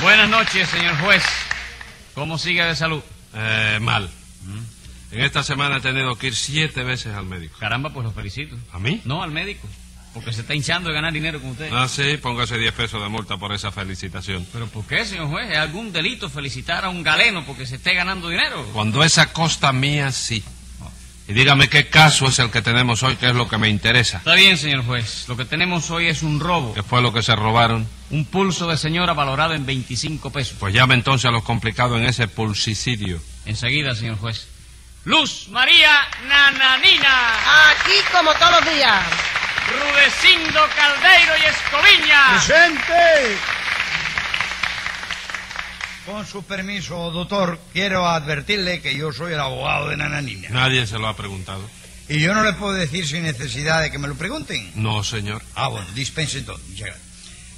Buenas noches, señor juez. ¿Cómo sigue de salud? Eh, mal. En esta semana he tenido que ir siete veces al médico. Caramba, pues lo felicito. ¿A mí? No, al médico. Porque se está hinchando de ganar dinero con usted. Ah, sí, póngase 10 pesos de multa por esa felicitación. ¿Pero por qué, señor juez? ¿Es algún delito felicitar a un galeno porque se esté ganando dinero? Cuando es a costa mía, sí. Y dígame qué caso es el que tenemos hoy, que es lo que me interesa. Está bien, señor juez. Lo que tenemos hoy es un robo. ¿Qué fue lo que se robaron? Un pulso de señora valorado en 25 pesos. Pues llame entonces a los complicados en ese pulsicidio. Enseguida, señor juez. Luz María Nananina, Aquí como todos los días. Rudecindo Caldeiro y Escoviña. ¡Presente! Con su permiso, doctor, quiero advertirle que yo soy el abogado de Nananina. Nadie se lo ha preguntado. Y yo no le puedo decir sin necesidad de que me lo pregunten. No, señor. Ah, bueno, dispense entonces. Muchas gracias.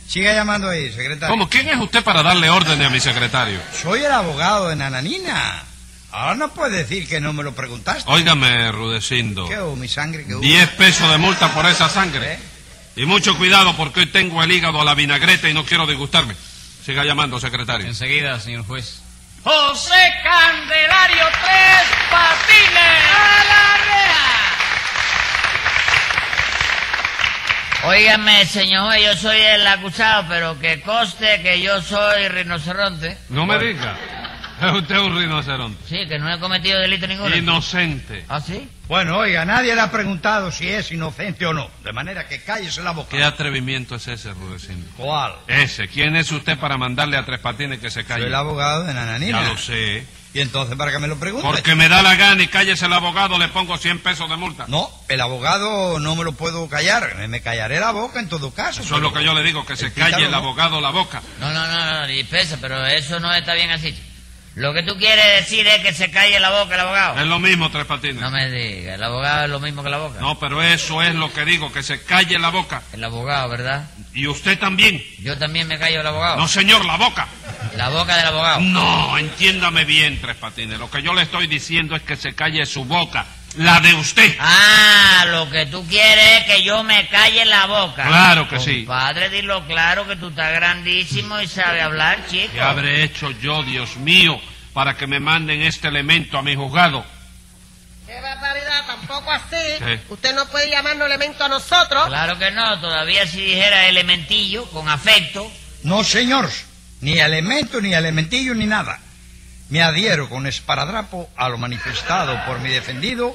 Siga llamando ahí, secretario. ¿Cómo? ¿Quién es usted para darle órdenes a mi secretario? Soy el abogado de Nananina. Ahora no puede decir que no me lo preguntaste. Óigame, Rudecindo. ¿Qué hubo? Mi sangre, ¿qué hubo? 10 pesos de multa por esa sangre. ¿Eh? Y mucho cuidado porque hoy tengo el hígado a la vinagreta y no quiero disgustarme. Siga llamando, secretario. Enseguida, señor juez. José Candelario Tres Patines. ¡A la reja! Óigame, señor, yo soy el acusado, pero que coste que yo soy rinoceronte. No me diga. Es usted un rinoceronte. Sí, que no he cometido delito ninguno. Inocente. ¿Ah, sí? Bueno, oiga, nadie le ha preguntado si es inocente o no. De manera que cállese la boca. ¿Qué atrevimiento es ese, Rudecindo? ¿Cuál? Ese. ¿Quién es usted para mandarle a Tres Patines que se Soy calle? el abogado de Nananina. Ya lo sé. ¿Y entonces para qué me lo pregunte? Porque me da la gana y cállese el abogado, le pongo 100 pesos de multa. No, el abogado no me lo puedo callar. Me, me callaré la boca en todo caso. Eso es lo que yo le digo, que El se pícaro, calle el ¿no? abogado la boca. No, no, no, no, dispensa, pero eso no está bien así. Lo que tú quieres decir es que se calle la boca Es el abogado. lo mismo, Tres Patines. No me digas, el abogado es lo mismo que la boca. No, pero eso es lo que digo, que se calle la boca. El abogado, ¿verdad? Y usted también. Yo también me callo el abogado. No, señor, la boca. La boca del Ah. abogado. No, entiéndame bien, Tres Patines. Lo que yo le estoy diciendo es que se calle su boca, la de usted. Ah, lo que tú quieres es que yo me calle la boca. Claro que sí. Padre, dilo claro que tú estás grandísimo y sabes hablar, chico. ¿Qué habré hecho yo, Dios mío, para que me manden este elemento a mi juzgado? Qué barbaridad, tampoco así. ¿Qué? Usted no puede llamarnos elemento a nosotros. Claro que no, todavía si dijera elementillo, con afecto. No, señor. Ni elemento, ni elementillo, ni nada. Me adhiero con esparadrapo a lo manifestado por mi defendido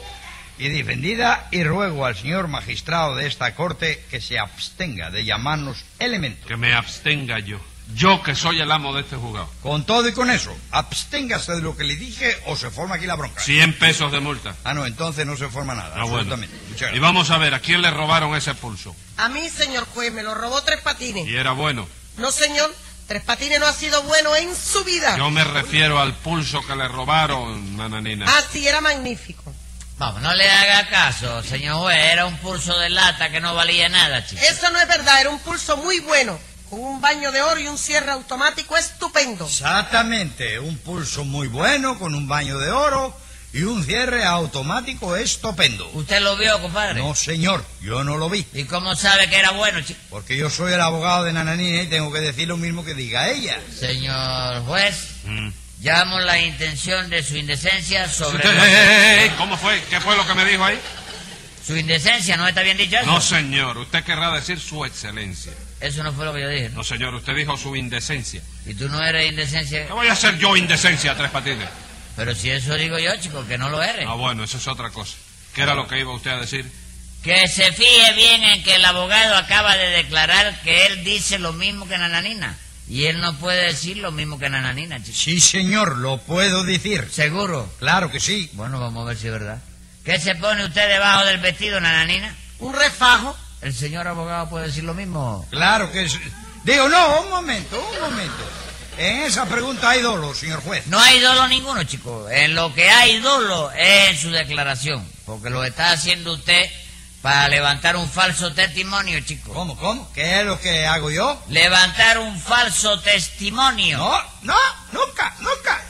y defendida y ruego al señor magistrado de esta corte que se abstenga de llamarnos elemento. Que me abstenga yo. Yo que soy el amo de este juzgado. Con todo y con eso, absténgase de lo que le dije o se forma aquí la bronca. 100 pesos de multa. Ah, no, entonces no se forma nada. Ah, bueno. absolutamente. Muchas Y gracias. vamos a ver, ¿a quién le robaron ese pulso? A mí, señor juez, me lo robó Tres Patines. Y era bueno. No, señor, Tres Patines no ha sido bueno en su Ah. vida. Yo me refiero al pulso que le robaron, nananina. Ah, sí, era magnífico. Vamos, no le haga caso, señor juez, era un pulso de lata que no valía nada, chico. Eso no es verdad, era un pulso muy bueno, con un baño de oro y un cierre automático estupendo. Exactamente, un pulso muy bueno con un baño de oro y un cierre automático estupendo. ¿Usted lo vio, compadre? No, señor, yo no lo vi, ¿Y cómo sabe que era bueno, chico? porque yo soy el abogado de Nananina y tengo que decir lo mismo que diga ella. Señor juez, Mm. llamo la intención de su indecencia sobre... Eh, eh, eh, eh, ¿Cómo fue? ¿Qué fue lo que me dijo ahí? Su indecencia, ¿no está bien dicho eso? No, señor, usted querrá decir su excelencia. Eso no fue lo que yo dije, ¿no? No, señor, usted dijo su indecencia. Y tú no eres indecencia... ¿Qué voy a hacer yo indecencia, Tres Patines? Pero si eso digo yo, chico, que no lo eres. Ah, bueno, eso es otra cosa. ¿Qué era lo que iba usted a decir? Que se fije bien en que el abogado acaba de declarar que él dice lo mismo que Nananina. Y él no puede decir lo mismo que Nananina, chico. Sí, señor, lo puedo decir. ¿Seguro? Claro que sí. Bueno, vamos a ver si es verdad. ¿Qué se pone usted debajo del vestido, Nananina? Un refajo. ¿El señor abogado puede decir lo mismo? Claro que sí. Digo, no, un momento, un momento. En esa pregunta hay dolo, señor juez. No hay dolo ninguno, chico. En lo que hay dolo es en su declaración. Porque lo está haciendo usted para levantar un falso testimonio, chico. ¿Cómo, cómo? ¿Qué es lo que hago yo? Levantar un falso testimonio. No, no, nunca, nunca.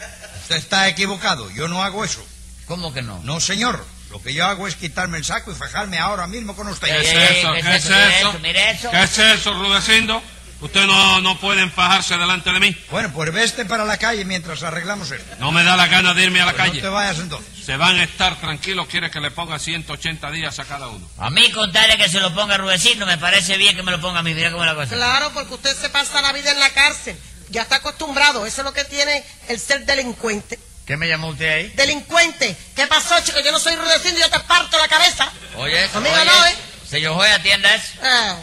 Usted está equivocado, yo no hago eso. ¿Cómo que no? No, señor. Lo que yo hago es quitarme el saco y fajarme ahora mismo con usted. ¿Qué es ey, eso? ¿qué ¿Qué es es eso? Mire eso? eso, mire eso. ¿Qué es eso, Rudecindo? Usted no, no puede enfajarse delante de mí. Bueno, pues veste para la calle mientras arreglamos esto. No me da la gana de irme a la Pues calle. No te vayas entonces. Se van a estar tranquilos, quiere que le ponga 180 días a cada uno. A mí contarle que se lo ponga Rudecindo, me parece bien que me lo ponga a mí, mira cómo es la cosa. Claro, porque usted se pasa la vida en la cárcel. Ya está acostumbrado. Eso es lo que tiene el ser delincuente. ¿Qué me llamó usted ahí? Delincuente. ¿Qué pasó, chico? Yo no soy rudecindo, yo te parto la cabeza. Oye, eso, Amigo, oye no, eso. eh. Señor juez, atienda eso. Ah,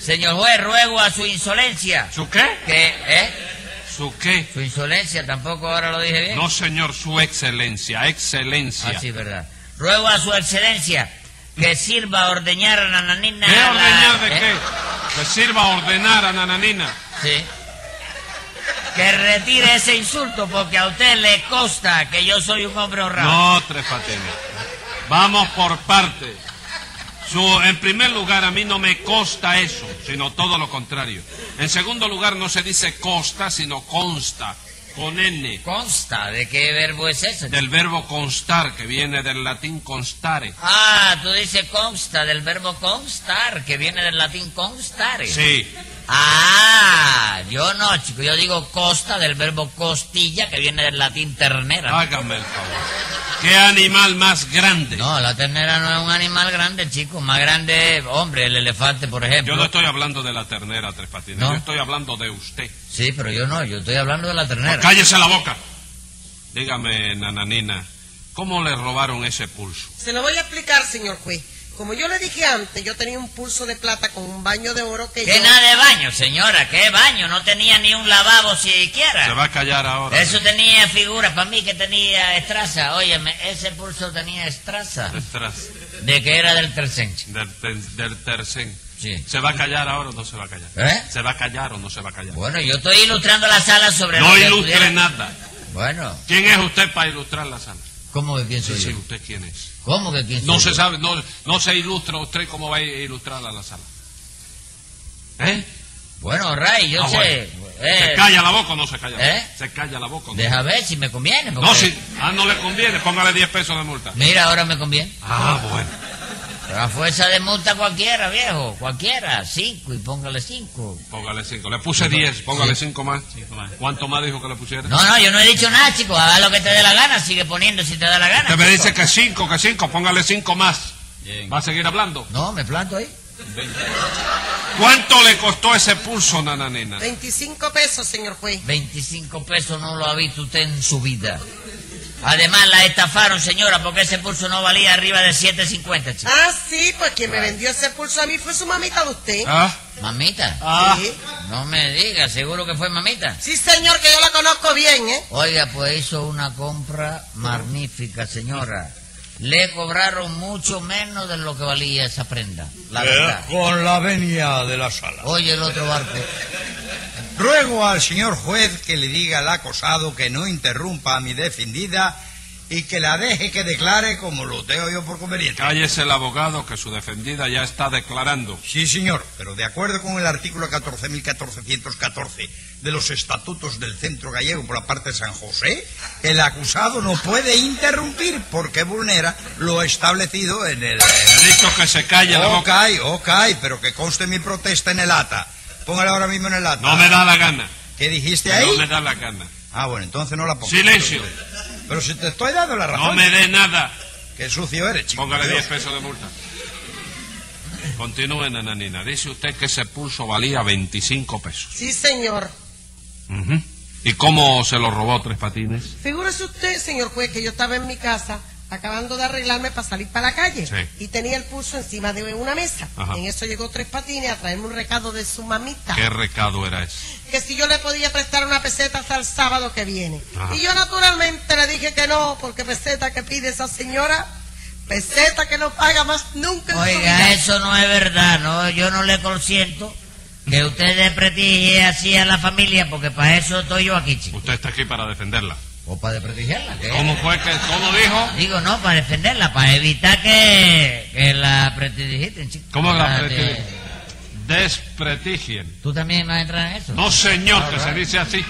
Señor juez, ruego a su insolencia. ¿Su qué? Que, ¿eh? ¿Su qué? Su insolencia, tampoco ahora lo dije bien. Ah, No, señor, su excelencia, excelencia. Así, ¿verdad? Ruego a su excelencia que sirva a ordeñar a la nanina. ¿Qué a la- ordeñar de ¿eh? qué? Que sirva a ordenar a Nananina. Sí. Que retire ese insulto porque a usted le consta que yo soy un hombre honrado. No, Tres Patines. Vamos por partes. Su- en primer lugar, a mí no me costa eso, sino todo lo contrario. En segundo lugar, no se dice costa, sino consta, con N, Consta, ¿de qué verbo es ese? del verbo constar, que viene del latín constare. Ah, tú dices consta, del verbo constar, que viene del latín constare. Sí, Ah, yo no, chico, yo digo costa del verbo costilla, que viene del latín ternera. hágame el favor. ¿Qué animal más grande? No, la ternera no es un animal grande, chico, más grande, hombre, el elefante, por ejemplo. Yo no estoy hablando de la ternera, Tres Patines, No. yo estoy hablando de usted. Pues Sí, pero yo no, yo estoy hablando de la ternera. Cállese la boca. Dígame, Nananina, ¿cómo le robaron ese pulso? se lo voy a explicar, señor juez. Como yo le dije antes, yo tenía un pulso de plata con un baño de oro que ¿Qué yo... nada de baño, señora? ¿Qué baño? No tenía ni un lavabo Se siquiera. va a callar ahora. Eso tenía figuras para mí que tenía estraza. Óyeme, ese pulso tenía estraza. Detrás De que era del tercer del, ter- del tercer. Sí. ¿Se va a callar ahora o no se va a callar? ¿Eh? ¿Se va a callar o no se va a callar? Bueno, yo estoy ilustrando la sala sobre lo No que ilustre pudiera- nada. Bueno, ¿Quién es usted para ilustrar la sala? ¿cómo que quién soy Sí, yo? usted quién es. ¿Cómo que quién soy No se yo? sabe, no, no se ilustra usted cómo va a ilustrar a la sala. ¿Eh? Bueno, Ray, yo Ah, sé. eh, ¿Se calla la boca o no se calla? la ¿Eh? boca? ¿Se calla la boca o no? deja ver si me conviene. No, porque- si ah, no le conviene, póngale 10 pesos de multa. Mira, ahora me conviene. Ah, bueno. Pero a fuerza de multa cualquiera, viejo, cualquiera. Cinco y póngale cinco. Póngale 5. Le puse 10, póngale 5 más. ¿Cuánto más dijo que le pusiera? No, no, yo no he dicho nada, chico. Haga lo que te dé la gana, sigue poniendo si te da la gana. Usted me chico. dice que 5, que 5, póngale 5 más. ¿Va a seguir hablando? No, me planto ahí. ¿Cuánto le costó ese pulso, nananina? 25 pesos, señor juez. 25 pesos no lo ha visto usted en su vida. Además, la estafaron, señora, porque ese pulso no valía arriba de 7.50, chico. Ah, sí, pues quien me vendió ese pulso a mí fue su mamita de usted. ¿Ah? Mamita, ah. Sí. no me diga, seguro que fue mamita. Sí, señor, que yo la conozco bien, ¿eh? Oiga, pues hizo una compra magnífica, señora. Le cobraron mucho menos de lo que valía esa prenda, la ¿Eh? verdad. Eh, Con la venia de la sala. Oye, el otro barco. Ruego al señor juez que le diga al acosado que no interrumpa a mi defendida y que la deje que declare como lo tengo yo por conveniente. Cállese el abogado que su defendida ya está declarando. Sí, señor, pero de acuerdo con el artículo 14.414 de los estatutos del Centro Gallego por la parte de San José, el acusado no puede interrumpir porque vulnera lo establecido en el... Le he dicho que se calle la Ok, boca. ok, pero que conste mi protesta en el ata. Póngala ahora mismo en el ata. No me da la gana. ¿Qué dijiste No me ahí? da la gana. Ah, bueno, entonces no la pongo. Silencio. Pero si te estoy dando la No razón. me dé nada. Qué sucio eres, chico. Póngale 10 Dios. pesos de multa. Continúe, nananina. Dice usted que ese pulso valía 25 pesos. Sí, señor. Ujú. ¿Y cómo se lo robó Tres Patines? Figúrese usted, señor juez, que yo estaba en mi casa acabando de arreglarme para salir para la calle Sí. y tenía el pulso encima de una mesa. Ajá. En eso llegó Tres Patines a traerme un recado de su mamita. ¿Qué recado era ese? Que si yo le podía prestar una peseta hasta el sábado que viene. Ajá. Y yo naturalmente le dije que no, porque peseta que pide esa señora, peseta que no paga más nunca en su vida. Oiga, eso no es verdad, no, yo no le consiento que usted desprestigie así a la familia, porque para eso estoy yo aquí, chico. Usted está aquí para defenderla. O para desprestigiarla, ¿qué? ¿Cómo fue que, cómo dijo? Digo, no, para defenderla, para evitar que, que la prestigiten, chico. ¿Cómo Eh, la Para que- prestigien? Desprestigien. ¿Tú también vas a entrar en eso? No, señor, que se dice así.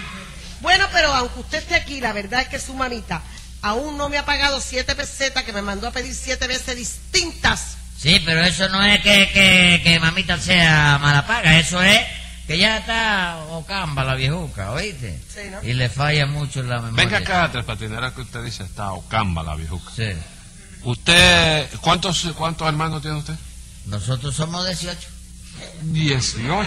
Bueno, pero aunque usted esté aquí, la verdad es que su mamita aún no me ha pagado siete pesetas que me mandó a pedir siete veces distintas. Sí, pero eso no es que, que, que mamita sea mala paga, eso es que ya está Ocamba, la viejuca, ¿oíste? Sí, ¿no? Y le falla mucho la memoria. Venga acá, Tres Patines, ahora que usted dice está Ocamba, la viejuca. Sí. ¿Usted, cuántos, cuántos hermanos tiene usted? Nosotros somos 18. Dieciocho.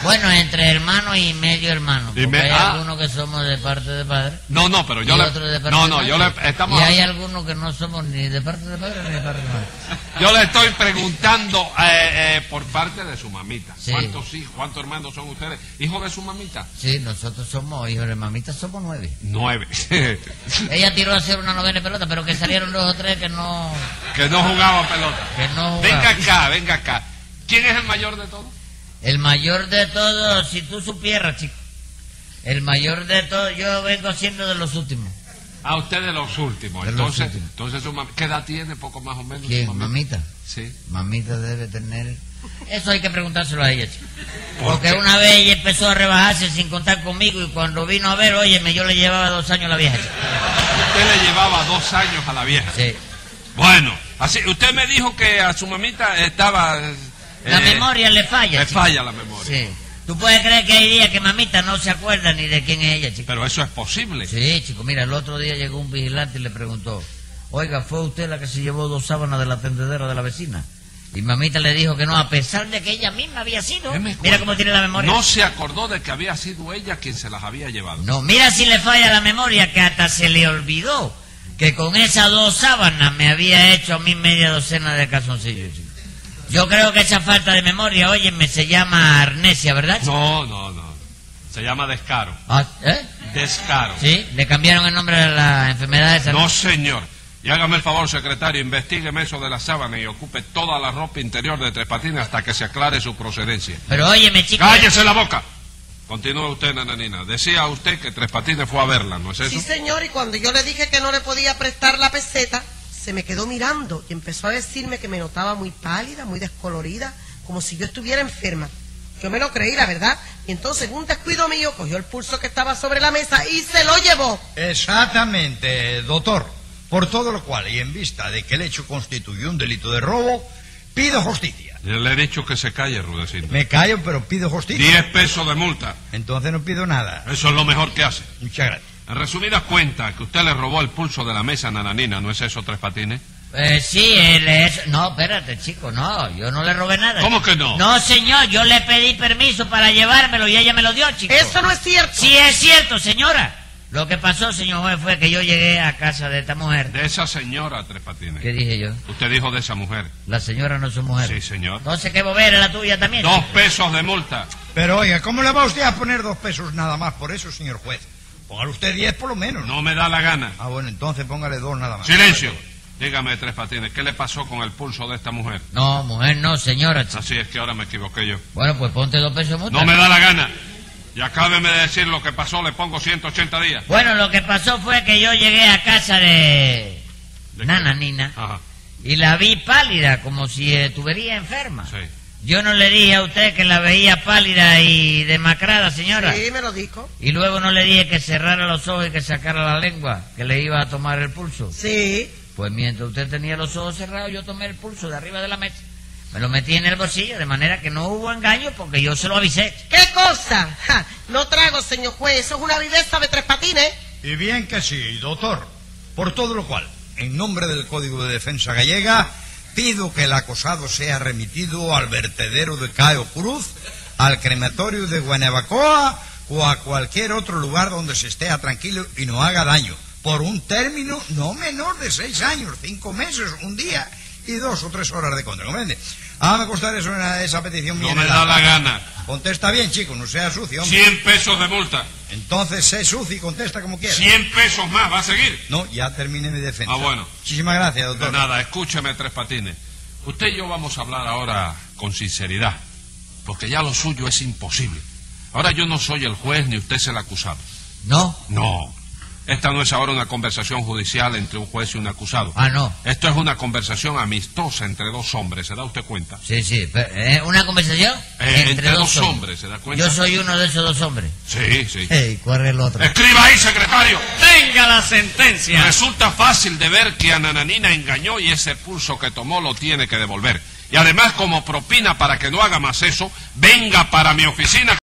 Bueno, entre hermanos y medio hermano. Y Porque me- hay ah. algunos que somos de parte de padre. No, no, pero yo y le... otros de parte No, de no, madre. yo le... Estamos... Y hay algunos que no somos ni de parte de padre ni de parte de madre. Yo le estoy preguntando eh, eh, por parte de su mamita. Sí. ¿Cuántos hijos, cuántos hermanos son ustedes? ¿Hijos de su mamita? Sí, nosotros somos hijos de mamita, somos nueve. Nueve. que Ella tiró a hacer una novena de pelota, pero que salieron dos o tres que no... no jugaban pelota. Que no Venga jugaban. acá, venga acá. ¿Quién es el mayor de todos? El mayor de todos, si tú supieras, chico. El mayor de todos, yo vengo siendo de los últimos. A Ah, usted de los últimos. De los entonces, últimos. entonces su mam- ¿qué edad tiene? Poco más o menos. su ¿Quién? mamita? Mamita. Sí. Mamita debe tener... Eso hay que preguntárselo a ella, chico. ¿Por Porque qué? una vez ella empezó a rebajarse sin contar conmigo y cuando vino a ver, óyeme, yo le llevaba dos años a la vieja. chico. Usted le llevaba dos años a la vieja. Sí. Bueno, así, usted me dijo que a su mamita estaba... eh, La eh, memoria le falla, Le chico. falla la memoria. Sí. ¿Tú puedes creer que hay días que mamita no se acuerda ni de quién es ella, chico? Pero eso es posible. Sí, chico, mira, el otro día llegó un vigilante y le preguntó, oiga, ¿fue usted la que se llevó dos sábanas de la tendedera de la vecina? Y mamita le dijo que no, a pesar de que ella misma había sido. ¿Qué me Mira cuenta? cómo tiene la memoria. No se acordó de que había sido ella quien se las había llevado. No, mira si le falla la memoria, que hasta se le olvidó que con esas dos sábanas me había hecho a mí media docena de calzoncillos. chico. Yo creo que esa falta de memoria, oye, me se llama arnesia, ¿verdad? chico? No, no, no. Se llama descaro. Ah, ¿eh? Descaro. Sí, le cambiaron el nombre a la enfermedad esa. No, señor. Y hágame el favor, secretario, investigueme eso de la sábana y ocupe toda la ropa interior de Tres Patines hasta que se aclare su procedencia. Pero óyeme, chico. ¡Cállese la boca! Continúa usted, nananina. Decía usted que Tres Patines fue a verla, ¿no es Sí, eso? señor, y cuando yo le dije que no le podía prestar la peseta, se me quedó mirando y empezó a decirme que me notaba muy pálida, muy descolorida, como si yo estuviera enferma. Yo me lo creí, la verdad. Y entonces, en un descuido mío, cogió el pulso que estaba sobre la mesa y se lo llevó. Exactamente, doctor. Por todo lo cual, y en vista de que el hecho constituyó un delito de robo, pido justicia. Ya Le he dicho que se calle, Rudecindo. Me callo, pero pido justicia. Diez pesos de multa. Entonces no pido nada. Eso es lo mejor que hace. Muchas gracias. En resumidas cuentas, que usted le robó el pulso de la mesa a Nananina, ¿no es eso, Tres Patines? Eh, sí, él es... No, espérate, chico, no, yo no le robé nada. ¿Cómo que no? Eh, No, señor, yo le pedí permiso para llevármelo y ella me lo dio, chico. Eso no es cierto. Sí, es cierto, señora. Lo que pasó, señor juez, fue que yo llegué a casa de esta mujer. De esa señora, Tres Patines. ¿Qué dije yo? Usted dijo de esa mujer. La señora no es su mujer. Sí, señor. Entonces, ¿qué bobera la tuya también? Dos pesos de multa. Pero oiga, ¿cómo le va usted a poner dos pesos nada más por eso, señor juez? Póngale usted diez por lo menos. No me da la gana. Ah, bueno, entonces póngale dos nada más. Silencio. Dígame, Tres Patines, ¿qué le pasó con el pulso de esta mujer? No, mujer no, señora. chico. Así es que ahora me equivoqué yo. Bueno, pues ponte dos pesos de multa. No me da la gana. Y acábeme de decir lo que pasó, le pongo 180 días. Bueno, lo que pasó fue que yo llegué a casa de... ¿De Nana, qué? Nina. Ajá. Y la vi pálida, como si estuviera enferma. Sí. Yo no le dije a usted que la veía pálida y demacrada, señora. Sí, me lo dijo. Y luego no le dije que cerrara los ojos y que sacara la lengua, que le iba a tomar el pulso. Sí. Pues mientras usted tenía los ojos cerrados, yo tomé el pulso de arriba de la mesa. Me lo metí en el bolsillo, de manera que no hubo engaño porque yo se lo avisé. ¿Qué cosa? Ja, no trago, señor juez. Eso es una viveza de tres patines. Y bien que sí, doctor. Por todo lo cual, en nombre del Código de Defensa Gallega, pido que el acosado sea remitido al vertedero de Cayo Cruz, al crematorio de Guanabacoa o a cualquier otro lugar donde se esté a tranquilo y no haga daño, por un término no menor de seis años, cinco meses, un día y dos o tres horas de contra. ¿Comprende? Hágame costar Ah, eso, una- esa petición No mía. me da la gana. Contesta bien, chico, no sea sucio. hombre. 100 pesos de multa. Entonces sé sucio y contesta como quiera. 100 pesos más, va a seguir. No, ya terminé mi defensa. Ah, bueno. Muchísimas gracias, De doctor. nada, escúcheme, Tres Patines. Usted y yo vamos a hablar ahora con sinceridad, porque ya lo suyo es imposible. Ahora yo no soy el juez ni usted es el acusado. No. No. Esta no es ahora una conversación judicial entre un juez y un acusado. Ah, no. Esto es una conversación amistosa entre dos hombres, ¿se da usted cuenta? Sí, sí. pero, ¿eh? ¿Una conversación? Eh, entre dos hombres, ¿se da cuenta? Yo soy uno de esos dos hombres. Sí, sí. Ey, ¿cuál es el otro? Escriba ahí, secretario. Tenga la sentencia. Resulta fácil de ver que a Nananina engañó y ese pulso que tomó lo tiene que devolver. Y además, como propina para que no haga más eso, venga para mi oficina.